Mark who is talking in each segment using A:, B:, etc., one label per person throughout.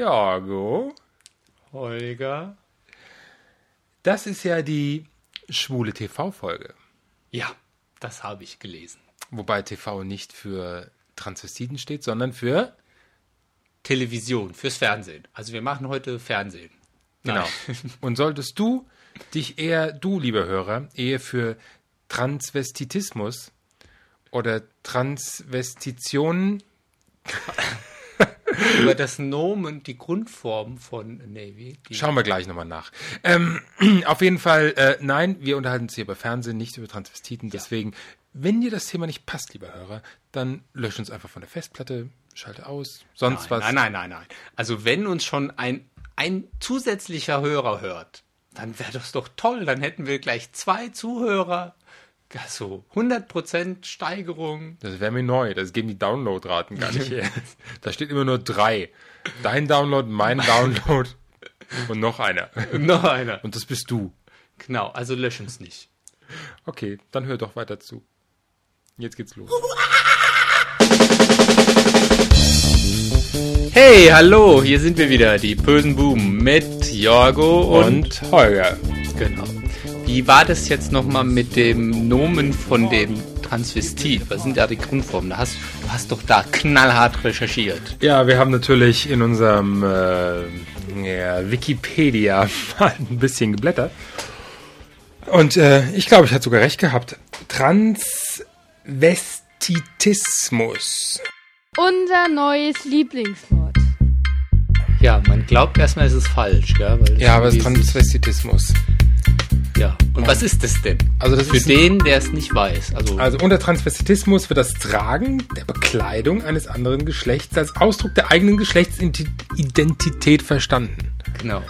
A: Jago,
B: Holger.
A: das ist ja die schwule TV-Folge.
B: Ja, das habe ich gelesen.
A: Wobei TV nicht für Transvestiten steht, sondern für.
B: Television, fürs Fernsehen. Also wir machen heute Fernsehen.
A: Genau. Und solltest du dich eher, du lieber Hörer, eher für Transvestitismus oder Transvestitionen
B: Über das Nomen, die Grundform von Navy. Die
A: Schauen wir gleich nochmal nach. Ähm, auf jeden Fall, äh, nein, wir unterhalten uns hier über Fernsehen, nicht über Transvestiten. Deswegen, wenn dir das Thema nicht passt, lieber Hörer, dann lösch uns einfach von der Festplatte, schalte aus, sonst
B: nein,
A: was.
B: nein, nein, nein, nein. Also wenn uns schon ein, ein zusätzlicher Hörer hört, dann wäre das doch toll. Dann hätten wir gleich zwei Zuhörer. Ja, so 100% Steigerung.
A: Das wäre mir neu. Das geben die Downloadraten gar nicht her. da steht immer nur drei. Dein Download, mein Download und noch einer.
B: Noch einer.
A: Und das bist du.
B: Genau, also lösch uns nicht.
A: Okay, dann hör doch weiter zu. Jetzt geht's los.
B: Hey, hallo, hier sind wir wieder, die bösen Buben mit Jorgo
A: Und
B: und,
A: Holger.
B: genau. Wie war das jetzt nochmal mit dem Nomen von dem Transvestit? Was sind da die Grundformen? Da hast, du hast doch da knallhart recherchiert.
A: Ja, wir haben natürlich in unserem äh, ja, Wikipedia mal ein bisschen geblättert. Und äh, ich glaube, ich hatte sogar recht gehabt. Transvestitismus.
C: Unser neues Lieblingswort.
B: Ja, man glaubt erstmal, es ist falsch, gell? Weil das
A: Ja, aber es ist
B: irgendwie sich-
A: Transvestitismus.
B: Ja. Und was ist das denn?
A: Also das
B: Für
A: ist ein-
B: den, der es nicht weiß. Also,
A: Also unter Transvestitismus wird das Tragen der Bekleidung eines anderen Geschlechts als Ausdruck der eigenen Geschlechtsidentität verstanden.
B: genau.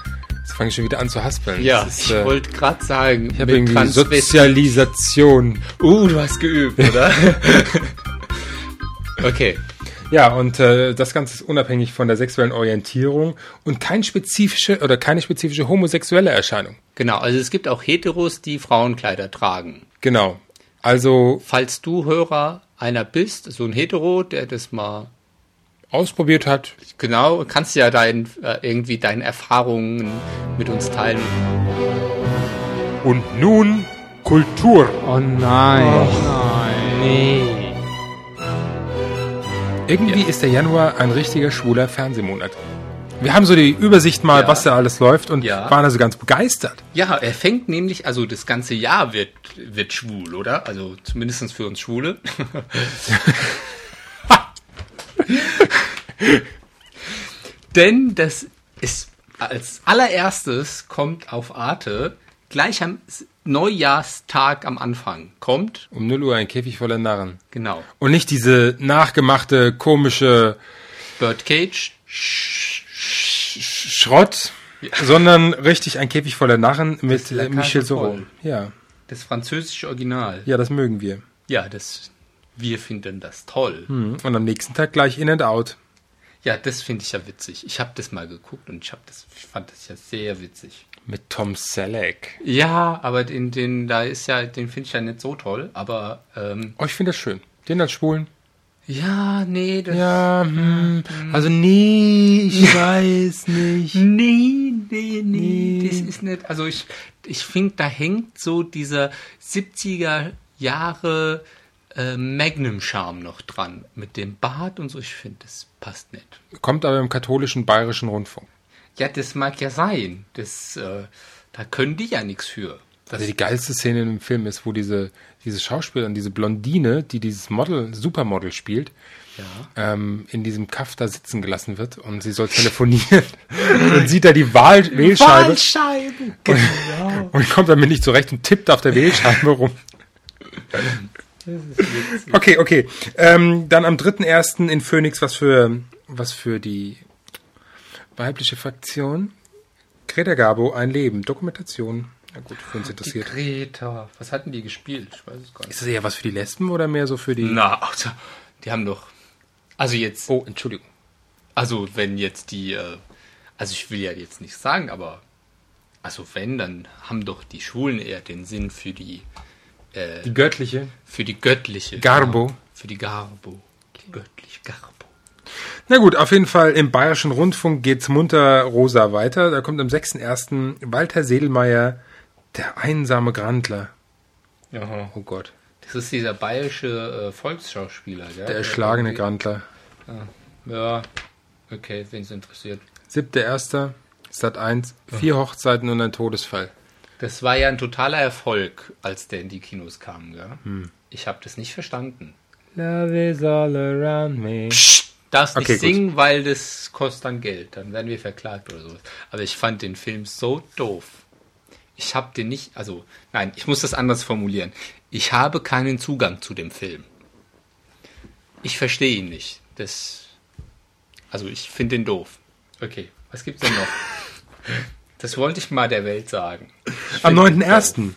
A: Jetzt fange ich schon wieder an zu haspeln.
B: Ja,
A: Das ist,
B: ich
A: äh,
B: wollte gerade sagen,
A: ich habe irgendwie Sozialisation.
B: Uh, du hast geübt, oder? okay.
A: Ja, und äh, das Ganze ist unabhängig von der sexuellen Orientierung und kein spezifische oder keine spezifische homosexuelle Erscheinung.
B: Genau, also es gibt auch Heteros, die Frauenkleider tragen.
A: Genau. Also
B: Falls du Hörer einer bist, so ein Hetero, der das mal
A: ausprobiert hat.
B: genau, kannst du ja dein, äh, irgendwie deine Erfahrungen mit uns teilen.
A: Und nun Kultur.
D: Oh nein.
B: Nee.
A: Irgendwie ist der Januar ein richtiger schwuler Fernsehmonat. Wir haben so die Übersicht mal,
B: Ja.
A: was da alles läuft und
B: Ja.
A: waren also ganz begeistert.
B: Ja, er fängt nämlich, also das ganze Jahr wird, wird schwul, oder? Also zumindestens für uns Schwule. Denn das ist als allererstes kommt auf Arte gleich am S- Neujahrstag am Anfang. Kommt,
A: Um 0 Uhr ein Käfig voller Narren.
B: genau,
A: Und nicht diese nachgemachte, komische
B: Birdcage.
A: Schrott, sondern richtig ein Käfig voller Narren mit
B: La
A: äh, Michel
B: Casa Voll.
A: Soro. Ja.
B: Das französische Original.
A: ja, das mögen wir.
B: Ja, das, wir finden das toll.
A: Und am nächsten Tag gleich in and out.
B: Ja, das finde ich ja witzig. Ich habe das mal geguckt und ich, hab das, ich fand das ja sehr witzig.
A: Mit Tom Selleck.
B: Ja, aber den, den, da ist ja, den finde ich ja nicht so toll, aber ähm,
A: Oh, ich finde das schön. Den als Schwulen.
B: ja, nee, das.
A: Ja, hm. Also nee, ich weiß nicht.
B: Nee, nee, nee, das ist nicht. Also ich, ich finde, da hängt so dieser 70er Jahre äh, Magnum-Charme noch dran. Mit dem Bart und so, ich finde, das passt nicht.
A: Kommt aber im katholischen bayerischen Rundfunk.
B: Ja, das mag ja sein. Das, äh, da können die ja nichts für. Das
A: Also die geilste Szene im Film ist, wo diese, diese Schauspielerin, diese Blondine, die dieses Model, Supermodel spielt, ähm, in diesem Kaff da sitzen gelassen wird und sie soll telefonieren und sieht da die Wahl Wählscheibe
B: Wahlscheiben.
A: und kommt damit nicht zurecht und tippt auf der Wählscheibe rum. Okay, okay. Ähm, dann am 3.1. in Phoenix, was für, was für die weibliche Fraktion? Greta Gabo, ein Leben, Dokumentation. Na gut, für uns
B: Die
A: interessiert.
B: Greta. Was hatten die gespielt? Ich weiß es gar nicht.
A: Ist das eher was für die Lesben oder mehr so für die...
B: Na, also, die haben doch. Also jetzt,
A: Oh, Entschuldigung.
B: also wenn jetzt die, äh, also ich will ja jetzt nicht sagen, aber also wenn, dann haben doch die Schwulen eher den Sinn für die,
A: Die göttliche.
B: für die göttliche.
A: Garbo.
B: Für die Garbo. Die göttliche Garbo.
A: Na gut, auf jeden Fall im Bayerischen Rundfunk geht's munter rosa weiter. Da kommt am 6.1. Walter Sedelmeier, der einsame Grandler.
B: Aha.
A: Oh Gott.
B: Das ist dieser bayerische äh, Volksschauspieler, gell?
A: Der erschlagene Grandler.
B: Ja, okay, wenn es interessiert.
A: 7.1. Sat 1. Vier Hochzeiten und ein Todesfall.
B: Das war ja ein totaler Erfolg, als der in die Kinos kam, gell?
A: Hm.
B: Ich habe das nicht verstanden.
A: Love is all around me.
B: Darfst nicht
A: Okay, gut.
B: singen, weil das kostet dann Geld. Dann werden wir verklagt oder sowas. Aber ich fand den Film so doof. Ich habe den nicht, also nein, ich muss das anders formulieren. Ich habe keinen Zugang zu dem Film. Ich verstehe ihn nicht. Das, also ich finde den doof. Okay, was gibt's denn noch? das wollte ich mal der Welt sagen.
A: Am 9.1.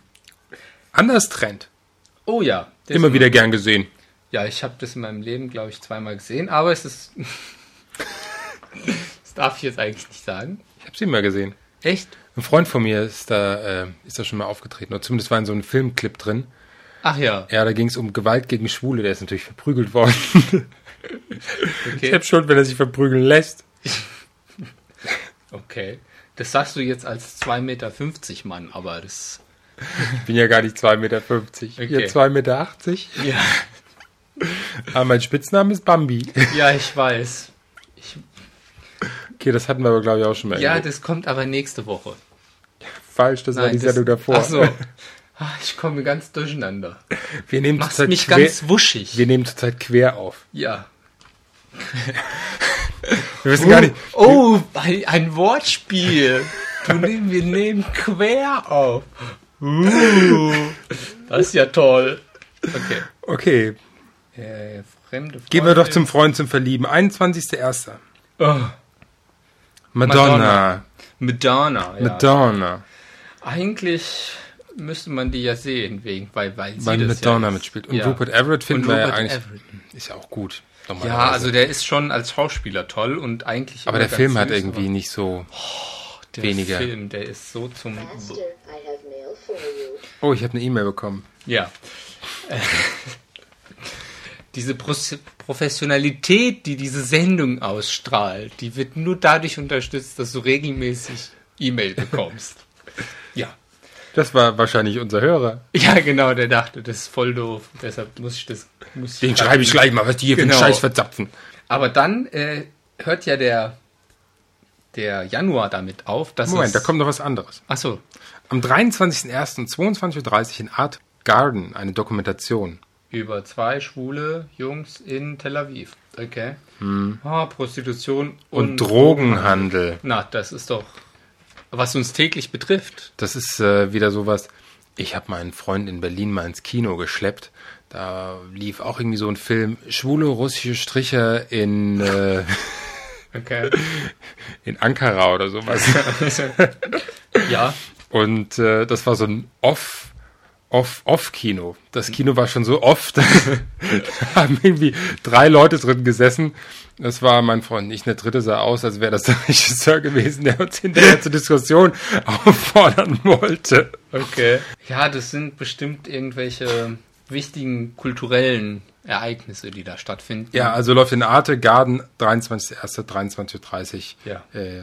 A: Anders Trend.
B: Oh ja. der ist
A: Immer wieder gern gesehen.
B: Ja, ich habe das in meinem Leben, glaube ich, zweimal gesehen, aber es ist. das darf ich jetzt eigentlich nicht sagen.
A: Ich habe sie immer gesehen.
B: Echt?
A: Ein Freund von mir ist da, äh, ist da schon mal aufgetreten. Oder zumindest war in so einem Filmclip drin.
B: Ach ja.
A: Ja, da ging es um Gewalt gegen Schwule. Der ist natürlich verprügelt worden. Ich
B: Okay.
A: hab schon, wenn er sich verprügeln lässt.
B: okay. Das sagst du jetzt als 2,50 Meter Mann, aber das.
A: Ich bin ja gar nicht 2,50 Meter.
B: Okay.
A: Hier 2,80 Meter.
B: Ja,
A: Aber Ah, mein Spitzname ist Bambi.
B: ja ich weiß. Ich,
A: Okay, das hatten wir aber, glaube ich, auch schon mal.
B: ja,
A: erlebt.
B: das kommt aber nächste Woche.
A: Falsch, das war die Sendung davor.
B: Ach so. Ah, Ich komme ganz durcheinander.
A: Wir nehmen
B: Machst
A: zurzeit
B: mich
A: quer,
B: ganz wuschig.
A: Wir nehmen zurzeit quer auf.
B: ja.
A: Wir wissen gar nicht.
B: Oh, ein, ein Wortspiel. Du nehmen, wir nehmen quer auf. Uh, das ist ja toll. Okay.
A: Uh. Okay,
B: Äh, fremde
A: gehen wir doch zum Freund zum Verlieben. 21.01.
B: Oh,
A: Madonna.
B: Madonna, ja.
A: Madonna.
B: Eigentlich müsste man die ja sehen, wegen, weil, weil sie
A: Weil
B: das
A: Madonna
B: ja ist.
A: mitspielt. Und
B: ja.
A: Rupert Everett finden
B: Und
A: wir ja
B: Rupert
A: eigentlich.
B: Everett.
A: Ist ja auch gut.
B: Ja,
A: normalerweise.
B: also der ist schon als Schauspieler toll und eigentlich.
A: aber
B: immer
A: der Film
B: ganz
A: hat
B: süß,
A: irgendwie nicht so.
B: aber der
A: weniger.
B: Film, der ist so zum.
D: Master, I have mail for you.
A: Oh, ich habe eine E-Mail bekommen.
B: Ja. Äh, diese Pros- Professionalität, die diese Sendung ausstrahlt, die wird nur dadurch unterstützt, dass du regelmäßig E-Mail bekommst. ja.
A: Das war wahrscheinlich unser Hörer.
B: Ja, genau, der dachte, das ist voll doof, deshalb muss ich das. Muss
A: Den schreibe ich gleich mal, was die hier für
B: Genau.
A: einen Scheiß verzapfen.
B: Aber dann äh, hört ja der, der Januar damit auf, dass es.
A: Moment, da kommt noch was anderes.
B: Achso,
A: Am 23.01. um 22.30 Uhr in Art Garden eine Dokumentation.
B: über zwei schwule Jungs in Tel Aviv. Okay. Ah, Prostitution
A: Hm. Und,
B: und,
A: Drogenhandel.
B: Na, das ist doch, was uns täglich betrifft.
A: Das ist äh, wieder sowas. Ich habe meinen Freund in Berlin mal ins Kino geschleppt. Da lief auch irgendwie so ein Film. Schwule russische Stricher in, äh,
B: Okay.
A: in Ankara oder sowas.
B: ja,
A: Und äh, das war so ein Off, Off, Off-Kino. Das Kino war schon so off. Da haben irgendwie drei Leute drin gesessen. Das war mein Freund, nicht der dritte sah aus, als wäre das der Regisseur gewesen, der uns hinterher zur Diskussion auffordern wollte.
B: okay. Ja, das sind bestimmt irgendwelche wichtigen kulturellen Ereignisse, die da stattfinden.
A: Ja, also läuft in Arte, Garden, 23.01., 23.30
B: Ja.
A: Äh,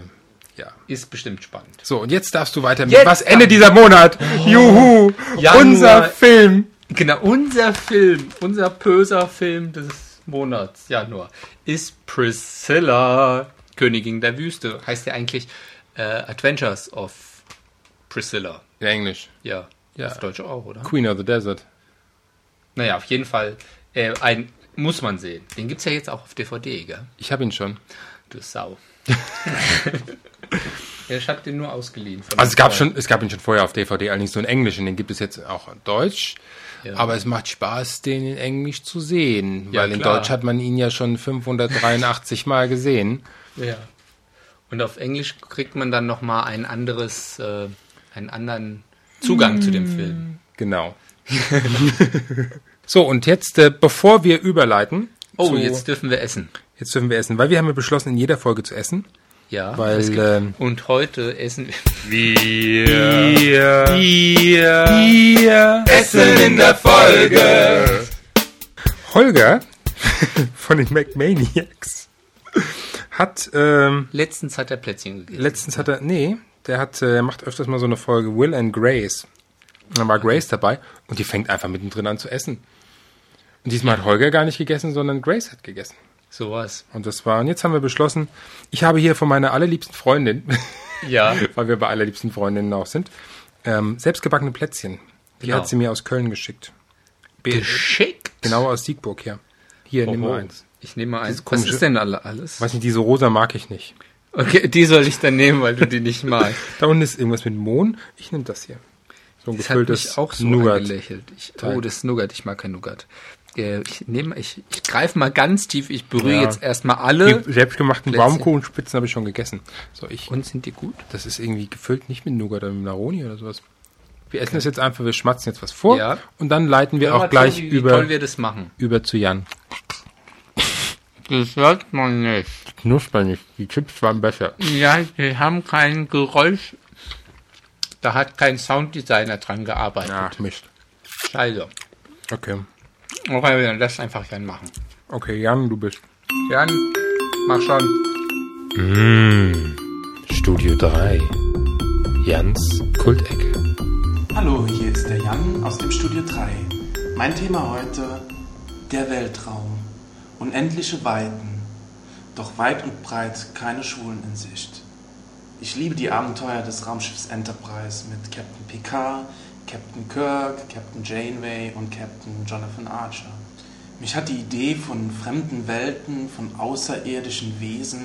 A: ja.
B: Ist bestimmt spannend.
A: So, und jetzt Oh. darfst du weiter mit.
B: Jetzt
A: Was endet dieser Monat? Juhu!
B: Januar.
A: Unser Film!
B: Genau, unser Film, unser böser Film des Monats Januar ist Priscilla, Königin der Wüste. Heißt ja eigentlich äh, Adventures of Priscilla.
A: In Englisch.
B: Ja,
A: Ja.
B: auf Deutsch auch, oder?
A: Queen of the Desert.
B: Naja, auf jeden Fall. Äh, ein muss man sehen. Den gibt's ja jetzt auch auf DVD, gell?
A: Ich habe ihn schon.
B: Du Sau. ja, ich hab den nur ausgeliehen. von
A: Also es
B: einem
A: gab,
B: Freund.
A: schon, es gab ihn schon vorher auf DVD, allerdings nur in Englisch und den gibt es jetzt auch in Deutsch.
B: Ja.
A: Aber es macht Spaß, den in Englisch zu sehen,
B: Ja,
A: weil in
B: klar.
A: Deutsch hat man ihn ja schon 583 Mal gesehen.
B: Ja. Und auf Englisch kriegt man dann nochmal ein anderes, äh, einen anderen Zugang zu dem Film.
A: Genau. so, und jetzt, äh, bevor wir überleiten,
B: Oh,
A: zu-
B: jetzt dürfen wir essen.
A: jetzt dürfen wir essen, weil wir haben ja beschlossen, in jeder Folge zu essen.
B: Ja.
A: Weil,
B: es gibt-
A: ähm,
B: und heute essen wir.
A: Bier, Bier, Bier, Essen in der Folge. Holger von den McManiacs Hat, ähm,
B: Letztens hat er Plätzchen gegessen.
A: letztens hat er, nee, der hat, äh, macht öfters mal so eine Folge Will and Grace. Und dann war Grace dabei und die fängt einfach mittendrin an zu essen. Und diesmal hat Holger gar nicht gegessen, sondern Grace hat gegessen.
B: Sowas.
A: Und das war, und jetzt haben wir beschlossen, ich habe hier von meiner allerliebsten Freundin,
B: Ja.
A: weil wir bei allerliebsten Freundinnen auch sind, ähm, selbstgebackene Plätzchen. Die
B: Genau.
A: hat sie mir aus Köln geschickt. B
B: Geschickt.
A: genau aus Siegburg her. Hier, nimm
B: Oho.
A: mal eins.
B: Ich nehme mal eins. Was
A: komische-
B: ist denn alle, alles?
A: Weiß nicht, diese rosa mag ich nicht.
B: Okay, die soll ich dann nehmen, weil du die nicht magst.
A: Da unten ist irgendwas mit Mohn. Ich nehme das hier. So ein
B: Das hat
A: gefülltes
B: mich auch so
A: Nougat.
B: angelächelt. Ich, oh, das ist Nougat. Ich mag kein Nougat. Äh, Ich nehme, ich, ich greife mal ganz tief. Ich berühre
A: Ja.
B: jetzt erstmal alle.
A: Die selbstgemachten
B: Äh, Plätzchen.
A: Baumkuchenspitzen habe ich schon gegessen. So, ich,
B: Und sind die gut?
A: das ist irgendwie gefüllt nicht mit Nougat oder mit Maroni oder sowas. Wir essen das jetzt einfach, wir schmatzen jetzt was vor
B: Ja.
A: und dann leiten wir
B: Hör mal
A: auch gleich
B: zu, wie, Wie
A: über,
B: toll wir das machen.
A: über zu Jan.
B: Das hört man nicht.
A: Knusper nicht, die Chips waren besser.
B: Ja, die haben kein Geräusch. Da hat kein Sounddesigner dran gearbeitet.
A: Ach, Mist.
B: Scheiße.
A: Okay.
B: Okay, dann lass einfach gern machen.
A: Okay, Jan, du bist.
B: Gern, mach schon.
A: Studio 3. Jans Kultecke.
E: Hallo, hier ist der Jan aus dem Studio 3. Mein Thema heute, der Weltraum. Unendliche Weiten. Doch weit und breit keine Schwulen in Sicht. Ich liebe die Abenteuer des Raumschiffs Enterprise mit Captain Picard, Captain Kirk, Captain Janeway und Captain Jonathan Archer. Mich hat die Idee von fremden Welten, von außerirdischen Wesen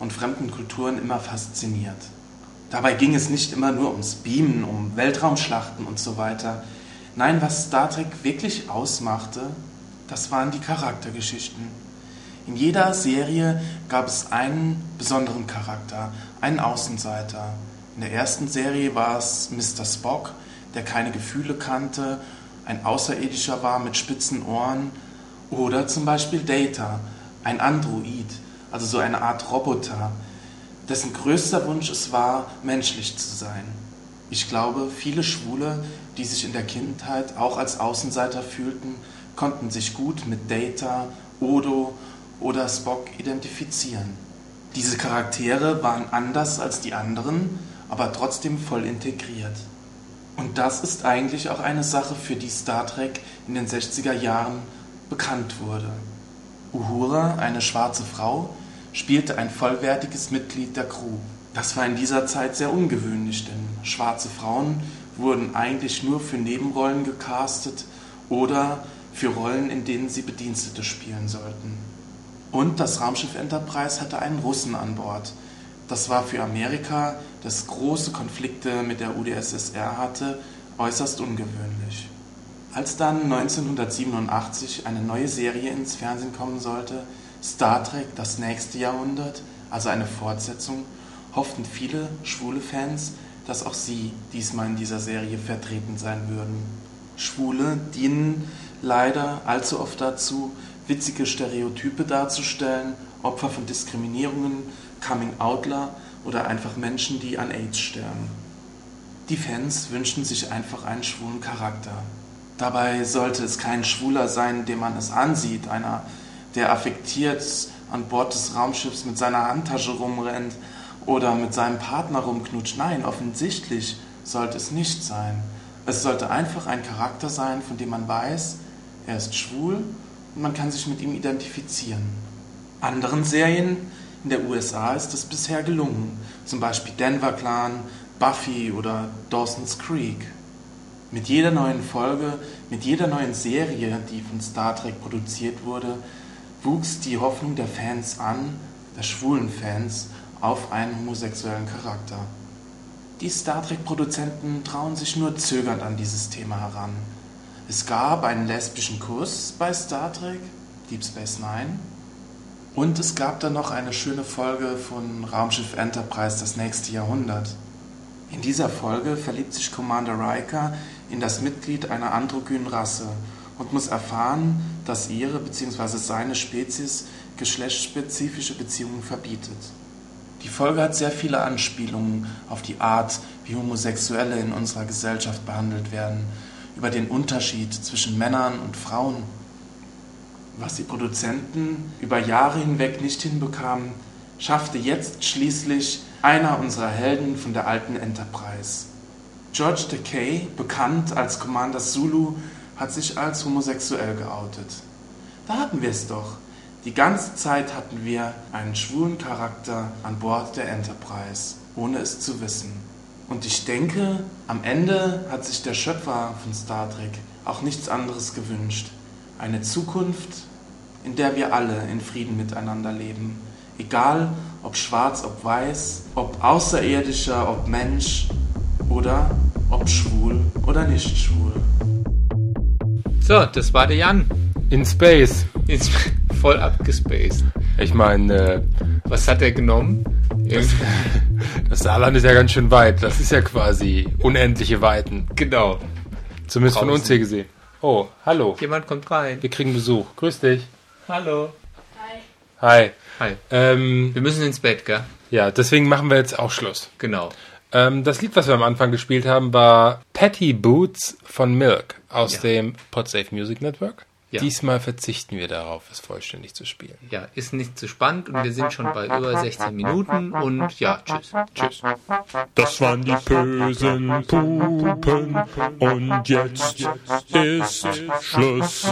E: und fremden Kulturen immer fasziniert. Dabei ging es nicht immer nur ums Beamen, um Weltraumschlachten und so weiter. Nein, was Star Trek wirklich ausmachte, das waren die Charaktergeschichten. In jeder Serie gab es einen besonderen Charakter, einen Außenseiter. In der ersten Serie war es Mr. Spock, der keine Gefühle kannte, ein Außerirdischer war mit spitzen Ohren. Oder zum Beispiel Data, ein Android, also so eine Art Roboter, dessen größter Wunsch es war, menschlich zu sein. Ich glaube, viele Schwule, die sich in der Kindheit auch als Außenseiter fühlten, konnten sich gut mit Data, Odo oder Spock identifizieren. Diese Charaktere waren anders als die anderen, aber trotzdem voll integriert. Und das ist eigentlich auch eine Sache, für die Star Trek in den 60er Jahren bekannt wurde. Uhura, eine schwarze Frau, spielte ein vollwertiges Mitglied der Crew. Das war in dieser Zeit sehr ungewöhnlich, denn schwarze Frauen wurden eigentlich nur für Nebenrollen gecastet oder für Rollen, in denen sie Bedienstete spielen sollten. Und das Raumschiff Enterprise hatte einen Russen an Bord. Das war für Amerika, das große Konflikte mit der UdSSR hatte, äußerst ungewöhnlich. Als dann 1987 eine neue Serie ins Fernsehen kommen sollte, Star Trek das nächste Jahrhundert, also eine Fortsetzung, hofften viele schwule Fans, dass auch sie diesmal in dieser Serie vertreten sein würden. Schwule dienen leider allzu oft dazu, witzige Stereotype darzustellen, Opfer von Diskriminierungen, Coming-outler oder einfach Menschen, die an AIDS sterben. Die Fans wünschen sich einfach einen schwulen Charakter. Dabei sollte es kein Schwuler sein, dem man es ansieht, einer, der affektiert an Bord des Raumschiffs mit seiner Handtasche rumrennt oder mit seinem Partner rumknutscht. Nein, offensichtlich sollte es nicht sein. Es sollte einfach ein Charakter sein, von dem man weiß, er ist schwul und man kann sich mit ihm identifizieren anderen Serien in der USA ist es bisher gelungen, zum Beispiel Denver Clan, Buffy oder Dawson's Creek. Mit jeder neuen Folge, mit jeder neuen Serie, die von Star Trek produziert wurde, wuchs die Hoffnung der Fans an, der schwulen Fans, auf einen homosexuellen Charakter. Die Star Trek-Produzenten trauen sich nur zögernd an dieses Thema heran. Es gab einen lesbischen Kuss bei Star Trek, Deep Space Nine, und es gab dann noch eine schöne Folge von Raumschiff Enterprise das nächste Jahrhundert. In dieser Folge verliebt sich Commander Riker in das Mitglied einer androgynen Rasse und muss erfahren, dass ihre bzw. seine Spezies geschlechtsspezifische Beziehungen verbietet. Die Folge hat sehr viele Anspielungen auf die Art, wie Homosexuelle in unserer Gesellschaft behandelt werden, über den Unterschied zwischen Männern und Frauen Was die Produzenten über Jahre hinweg nicht hinbekamen, schaffte jetzt schließlich einer unserer Helden von der alten Enterprise. George Takei, bekannt als Commander Zulu, hat sich als homosexuell geoutet. Da hatten wir es doch. Die ganze Zeit hatten wir einen schwulen Charakter an Bord der Enterprise, ohne es zu wissen. Und ich denke, am Ende hat sich der Schöpfer von Star Trek auch nichts anderes gewünscht. Eine Zukunft, in der wir alle in Frieden miteinander leben. Egal, ob schwarz, ob weiß, ob außerirdischer, ob Mensch oder ob schwul oder nicht schwul.
B: So, das war der Jan.
A: In Space.
B: Jetzt voll abgespaced.
A: Ich meine, äh,
B: Was hat er genommen? Irgend-
A: das Saarland ist ja ganz schön weit. Das ist ja quasi unendliche Weiten.
B: genau.
A: Zumindest von
B: Draußen.
A: uns hier gesehen. Oh, hallo.
B: Jemand kommt rein.
A: Wir kriegen Besuch. Grüß dich.
B: Hallo.
A: Hi.
B: Hi.
A: Ähm,
B: Wir müssen ins Bett, gell?
A: ja, deswegen machen wir jetzt auch Schluss.
B: Genau.
A: Ähm, das Lied, was wir am Anfang gespielt haben, war Patty Boots von Milk aus
B: Ja.
A: dem Podsafe Music Network.
B: Ja.
A: Diesmal verzichten wir darauf, es vollständig zu spielen.
B: Ja, ist nicht zu spannend und wir sind schon bei über 16 Minuten und ja, tschüss. Tschüss.
F: Das waren die bösen Pupen und jetzt ist Schluss.